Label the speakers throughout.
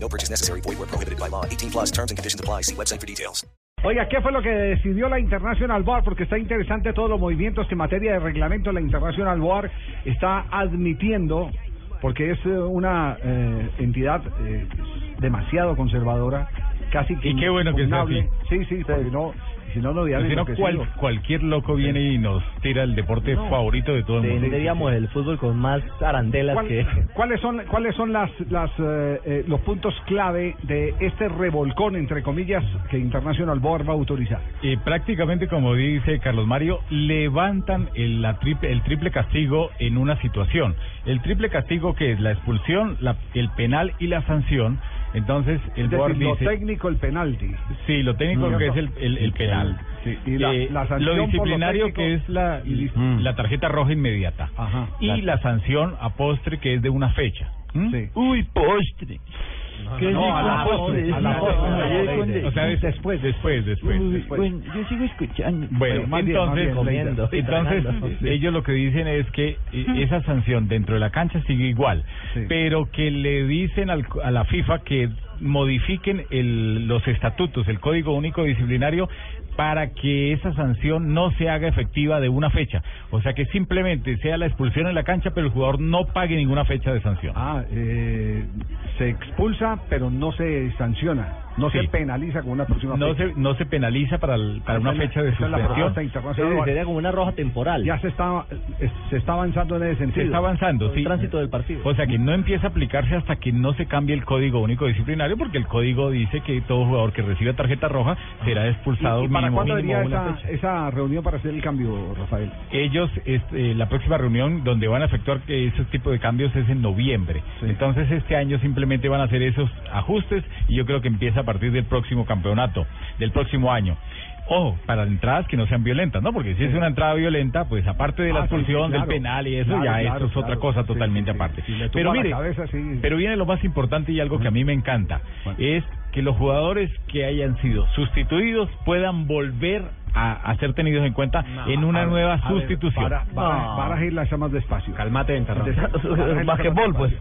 Speaker 1: No purchase necessary. Void where prohibited by law. 18 plus terms and conditions apply. See website for details.
Speaker 2: Oiga, ¿qué fue lo que decidió la International Board? Porque está interesante todos los movimientos que en materia de reglamento la International Board está admitiendo, porque es eh, una eh, entidad eh, demasiado conservadora, casi que
Speaker 3: Y qué bueno que sea
Speaker 2: inexpugnable. Sí, sí, porque no, si no, no
Speaker 3: Pues
Speaker 2: diario
Speaker 3: si no, cual- cualquier loco viene y nos tira el deporte favorito de todo el mundo.
Speaker 4: Tendríamos el fútbol con más arandelas
Speaker 2: ¿Cuál-
Speaker 4: que...
Speaker 2: ¿Cuáles son, cuáles son las, las, eh, eh, los puntos clave de este revolcón, entre comillas, que International Board va a autorizar?
Speaker 3: Y prácticamente, como dice Carlos Mario, levantan el, la triple, el triple castigo en una situación. El triple castigo que es la expulsión, la- el penal y la sanción. Entonces, el
Speaker 2: Es
Speaker 3: board
Speaker 2: decir, lo
Speaker 3: dice...
Speaker 2: técnico, el penalti.
Speaker 3: Sí, lo técnico
Speaker 2: Mm.
Speaker 3: que es el, el, el penal.
Speaker 2: Sí, y la-
Speaker 3: Eh,
Speaker 2: la sanción por
Speaker 3: lo
Speaker 2: lo
Speaker 3: disciplinario
Speaker 2: técnico
Speaker 3: que es la,
Speaker 2: y listo. Ah,
Speaker 3: la tarjeta roja inmediata.
Speaker 2: Ajá.
Speaker 3: y la... sanción a postre que es de una fecha. ¿Mm?
Speaker 2: Sí.
Speaker 3: Uy, postre. ¿Qué
Speaker 2: no,
Speaker 3: digo?
Speaker 2: a la postre, a la postre.
Speaker 3: O sea, es- después, después, después.
Speaker 4: yo sigo escuchando.
Speaker 3: Bueno,
Speaker 2: Más bien, más
Speaker 3: entonces,
Speaker 2: bien,
Speaker 4: comiendo y
Speaker 3: entonces
Speaker 4: tragando.
Speaker 3: Sí. ellos lo que dicen es que eh, esa sanción dentro de la cancha sigue igual,
Speaker 2: Sí.
Speaker 3: pero que le dicen al- a la FIFA que modifiquen el- los estatutos, el Código Único Disciplinario, para que esa sanción no se haga efectiva de una fecha. O sea, que simplemente sea la expulsión en la cancha, pero el jugador no pague ninguna fecha de sanción.
Speaker 2: Ah, eh, se expulsa, pero no se sanciona, no
Speaker 3: Sí.
Speaker 2: se penaliza con una próxima
Speaker 3: No
Speaker 2: fecha.
Speaker 3: se, no se penaliza para, el- para una
Speaker 2: Esa es la-
Speaker 3: fecha de
Speaker 2: esa es la
Speaker 3: suspensión.
Speaker 2: propuesta internacional.
Speaker 4: sería como una roja temporal.
Speaker 2: Ya se está, eh, se está avanzando en ese
Speaker 3: Se
Speaker 2: sentido.
Speaker 3: está avanzando,
Speaker 4: Por el
Speaker 3: sí.
Speaker 4: tránsito del partido.
Speaker 3: O sea que no empieza a aplicarse hasta que no se cambie el código único disciplinario, porque el código dice que todo jugador que reciba tarjeta roja será
Speaker 2: ¿Y-
Speaker 3: expulsado
Speaker 2: y para
Speaker 3: mínimo-
Speaker 2: cuándo
Speaker 3: mínimo
Speaker 2: venía
Speaker 3: una
Speaker 2: esa,
Speaker 3: fecha.
Speaker 2: esa reunión para hacer el cambio, Rafael?
Speaker 3: Ellos, este, la próxima reunión donde van a efectuar que ese tipo de cambios es en noviembre.
Speaker 2: Sí.
Speaker 3: Entonces este año simplemente van a hacer esos ajustes y yo creo que empieza a partir del próximo campeonato, del próximo año. Ojo, para entradas que no sean violentas, ¿no? Porque si es una entrada violenta, pues aparte de la
Speaker 2: Ah, sí, sí,
Speaker 3: expulsión,
Speaker 2: claro.
Speaker 3: del penal y eso,
Speaker 2: Claro,
Speaker 3: ya
Speaker 2: claro,
Speaker 3: eso es otra
Speaker 2: claro.
Speaker 3: cosa
Speaker 2: Sí,
Speaker 3: totalmente
Speaker 2: sí, sí.
Speaker 3: aparte.
Speaker 2: Si le
Speaker 3: Pero
Speaker 2: tumba la
Speaker 3: mire,
Speaker 2: cabeza, sí.
Speaker 3: pero viene lo más importante y algo que a mí me encanta,
Speaker 2: Bueno.
Speaker 3: es que los jugadores que hayan sido sustituidos puedan volver a, a ser tenidos en cuenta en una
Speaker 2: A ver,
Speaker 3: nueva
Speaker 2: a ver,
Speaker 3: sustitución.
Speaker 2: Para, para, para ir las llamas despacio.
Speaker 3: Calmate,
Speaker 2: Des- para-
Speaker 4: Basquetbol, pues.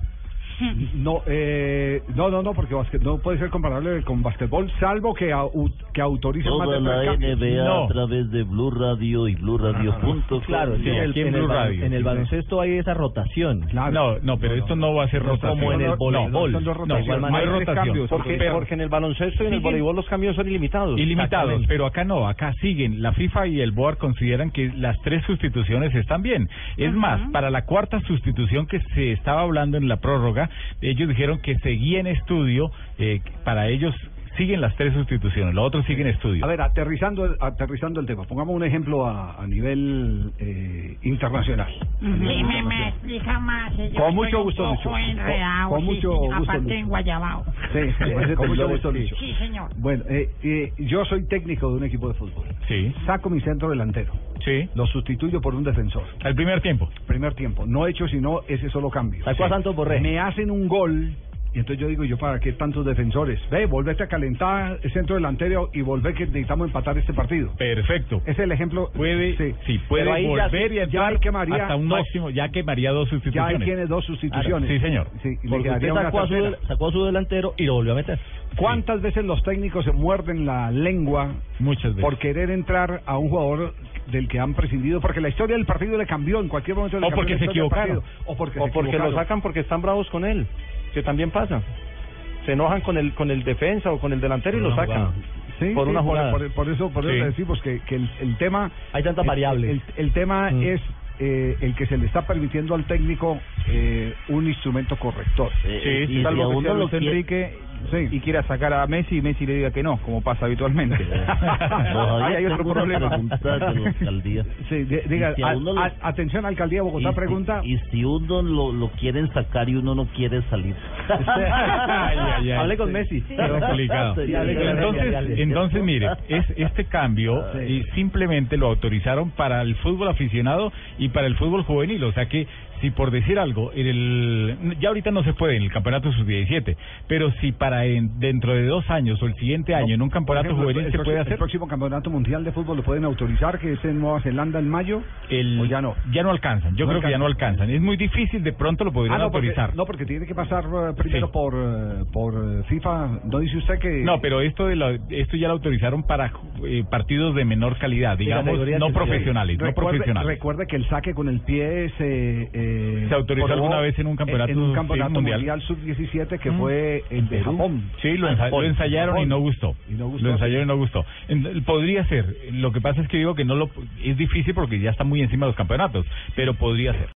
Speaker 2: No, eh, no, no, no, porque basque- no puede ser comparable con basquetbol, salvo que, au- que autoricen más de
Speaker 5: Toda
Speaker 2: tres
Speaker 5: la
Speaker 2: cambios.
Speaker 5: NBA
Speaker 3: No.
Speaker 5: a través de Blue Radio y BlueRadio.com.
Speaker 4: Claro,
Speaker 3: Sí,
Speaker 4: en el-
Speaker 3: aquí en
Speaker 4: en, el,
Speaker 3: Blue
Speaker 4: ba-
Speaker 3: Radio.
Speaker 4: en el baloncesto hay esa rotación.
Speaker 2: Claro.
Speaker 3: No, no, pero esto no va a ser
Speaker 2: No,
Speaker 3: rotación.
Speaker 4: como en el
Speaker 3: No,
Speaker 4: voleibol.
Speaker 3: No,
Speaker 2: Son dos
Speaker 3: no,
Speaker 2: rotaciones.
Speaker 3: no hay
Speaker 2: Hay tres
Speaker 3: rotación.
Speaker 2: cambios, porque-
Speaker 3: Pero-
Speaker 4: en el baloncesto y en el voleibol los cambios son ilimitados.
Speaker 3: Ilimitados, pero acá no, acá siguen. La FIFA y el BOAR consideran que las tres sustituciones están bien. Es más, para la cuarta sustitución que se estaba hablando en la prórroga, ellos dijeron que seguía en estudio, eh, para ellos siguen las tres sustituciones, lo otro sigue en estudio.
Speaker 2: A ver, aterrizando, aterrizando el tema, pongamos un ejemplo a, a nivel eh, internacional.
Speaker 6: Sí, me, me explica más. eh, Yo
Speaker 2: Con
Speaker 6: estoy
Speaker 2: mucho
Speaker 6: un
Speaker 2: gusto,
Speaker 6: poco
Speaker 2: Lucho. Con-
Speaker 6: enredado,
Speaker 2: con
Speaker 6: sí,
Speaker 2: mucho
Speaker 6: sí,
Speaker 2: gusto,
Speaker 6: Aparte
Speaker 2: Lucho.
Speaker 6: en Guayabao.
Speaker 2: Sí, sí, con mucho gusto, Lucho.
Speaker 6: Sí, señor.
Speaker 2: Bueno, eh, eh, yo soy técnico de un equipo de fútbol.
Speaker 3: Sí,
Speaker 2: Saco mi centro delantero,
Speaker 3: sí.
Speaker 2: lo sustituyo por un defensor.
Speaker 3: Al primer tiempo.
Speaker 2: Primer tiempo, no he hecho sino ese solo cambio.
Speaker 4: Sacó a Santos Borré.
Speaker 2: Me hacen un gol. Y entonces yo digo, ¿yo para qué tantos defensores? Ve, volvete a calentar el centro delantero y volver que necesitamos empatar este partido.
Speaker 3: Perfecto.
Speaker 2: Es el ejemplo.
Speaker 3: Puede, sí,
Speaker 2: Pero
Speaker 3: puede
Speaker 2: ahí ya
Speaker 3: volver
Speaker 2: sí,
Speaker 3: y
Speaker 2: ya
Speaker 3: entrar
Speaker 2: hay que María-
Speaker 3: hasta un máximo, ya quemaría dos
Speaker 2: Ya ahí
Speaker 3: sustituciones.
Speaker 2: tiene dos sustituciones.
Speaker 3: Sí, señor.
Speaker 2: Sí, y le
Speaker 4: Porque usted
Speaker 2: quedaría una
Speaker 4: sacó a, su,
Speaker 2: tercera.
Speaker 4: del- sacó a su delantero y lo volvió a meter.
Speaker 2: ¿Cuántas veces los técnicos se muerden la lengua
Speaker 3: Muchas veces.
Speaker 2: por querer entrar a un jugador del que han prescindido? Porque la historia del partido le cambió en cualquier momento. le
Speaker 3: O
Speaker 2: cambió
Speaker 3: porque
Speaker 2: la
Speaker 3: se
Speaker 2: historia del
Speaker 3: equivocaron.
Speaker 2: partido, O porque,
Speaker 7: o
Speaker 2: se
Speaker 7: porque lo
Speaker 2: equivocaron.
Speaker 7: sacan porque están bravos con él, que también pasa. Se enojan con el con el defensa o con el delantero y lo sacan.
Speaker 2: Sí,
Speaker 7: por
Speaker 2: sí,
Speaker 7: una jugada.
Speaker 2: Por, por eso, por eso
Speaker 3: Sí.
Speaker 2: le decimos que, que el, el tema.
Speaker 4: Hay tantas
Speaker 2: el-
Speaker 4: variables.
Speaker 2: El, el tema
Speaker 4: Mm.
Speaker 2: es eh, el que se le está permitiendo al técnico eh, un instrumento corrector.
Speaker 5: Eh,
Speaker 3: Sí,
Speaker 5: y
Speaker 3: sí,
Speaker 5: si
Speaker 3: salvo
Speaker 5: a
Speaker 3: que sea
Speaker 5: uno lo
Speaker 3: Luis
Speaker 5: quiere-
Speaker 3: Enrique,
Speaker 2: Sí.
Speaker 7: y quiera sacar a Messi y Messi le diga que no, como pasa habitualmente.
Speaker 5: No,
Speaker 7: Ahí hay
Speaker 5: tengo
Speaker 7: otro
Speaker 5: una
Speaker 7: problema.
Speaker 5: pregunta de la alcaldía.
Speaker 2: Sí, di- diga,
Speaker 5: Y si a
Speaker 2: a-
Speaker 5: uno lo-
Speaker 2: a- atención, alcaldía de
Speaker 5: Y
Speaker 2: Bogotá,
Speaker 5: si-
Speaker 2: pregunta.
Speaker 5: Y si uno lo, lo quieren sacar y uno no quiere salir.
Speaker 3: Ay, ay, ay.
Speaker 4: Hable con Messi.
Speaker 3: Qué complicado.
Speaker 5: Sí, hable con Messi,
Speaker 3: Entonces,
Speaker 5: hable.
Speaker 3: entonces mire, es este cambio
Speaker 2: Ah,
Speaker 5: Sí.
Speaker 3: y simplemente lo autorizaron para el fútbol aficionado y para el fútbol juvenil, o sea que si por decir algo, en el ya ahorita no se puede en el campeonato sub-17, pero si para en- dentro de dos años o el siguiente año en un campeonato
Speaker 2: Por ejemplo,
Speaker 3: juvenil
Speaker 2: el
Speaker 3: se
Speaker 2: proxi-
Speaker 3: puede
Speaker 2: El
Speaker 3: hacer,
Speaker 2: próximo campeonato mundial de fútbol lo pueden autorizar, que es en Nueva Zelanda en mayo.
Speaker 3: el-
Speaker 2: o ya no.
Speaker 3: ya no alcanzan, yo
Speaker 2: No
Speaker 3: creo que ya no alcanzan, es muy difícil, de pronto lo podrían
Speaker 2: Ah, no, porque,
Speaker 3: autorizar.
Speaker 2: no, porque tiene que pasar eh, primero
Speaker 3: Sí.
Speaker 2: por eh, por eh, FIFA. ¿No dice usted que.?
Speaker 3: No, pero esto de la- esto ya lo autorizaron para eh, partidos de menor calidad, digamos,
Speaker 4: categoría
Speaker 3: no
Speaker 4: tercera.
Speaker 3: profesionales, no
Speaker 2: Recuerde,
Speaker 3: profesionales.
Speaker 2: recuerde que el saque con el pie se, eh,
Speaker 3: Se autorizó
Speaker 2: probó
Speaker 3: alguna vez en un campeonato,
Speaker 2: en un
Speaker 3: sí,
Speaker 2: campeonato
Speaker 3: mundial.
Speaker 2: mundial, sub-17 que
Speaker 3: Mm.
Speaker 2: fue el de Japón.
Speaker 3: Sí, lo, ensa- lo ensayaron y no gustó.
Speaker 2: Y no gustó.
Speaker 3: Lo ensayaron y no gustó. En- Podría ser. Lo que pasa es que digo que no lo es difícil porque ya está muy encima de los campeonatos, pero podría ser.